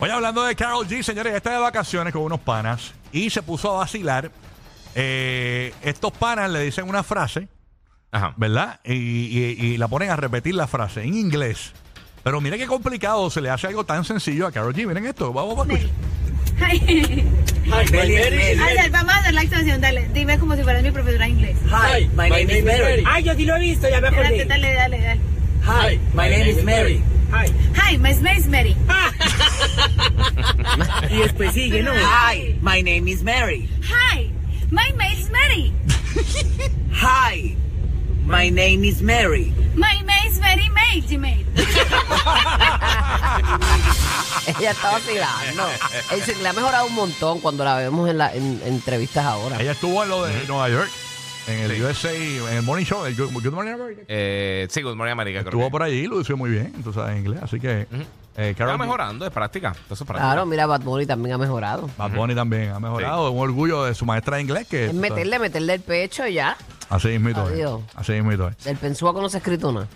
Oye, hablando de Carol G, señores, ella está de vacaciones con unos panas y se puso a vacilar. Eh, estos panas le dicen una frase, Ajá. ¿verdad? Y, y- y la ponen a repetir la frase en inglés. Pero mire qué complicado se le hace algo tan sencillo a Carol G. Miren esto, vamos a escuchar. Hi. Hi, my name is Ay, dale, vamos a hacer la extensión, dale. Dime como si fueras mi profesora de inglés. Hi, my name is Mary. Ay, yo sí lo he visto, ya me Espérate, acordé. dale, dale, dale. Hi, my name is Mary. Ay. Hi, my name is Mary. Y después sigue, ¿no? Hi, my name is Mary. Hi, my name is Mary. Hi, my name is Mary. My name is Mary May, Gmail. Ella está vacilando. El inglés ha mejorado un montón cuando la vemos en, la, en- en entrevistas ahora. Ella estuvo en lo de Nueva York, en el USA, en el Morning Show, el Good Good Morning America. Eh, sí, Good Morning América. creo Estuvo que. por allí, lo hizo muy bien, entonces en inglés. Así que, eh, Karol Está G- mejorando, es práctica. Entonces, práctica. Claro, mira, Bad Bunny también ha mejorado. Bad Bunny también ha mejorado. Un orgullo de su maestra de inglés que. Es meterle, meterle el pecho y ya. Así mismito. es. Adiós. Así mismito. es. Del pensúa que no se ha escrito nada.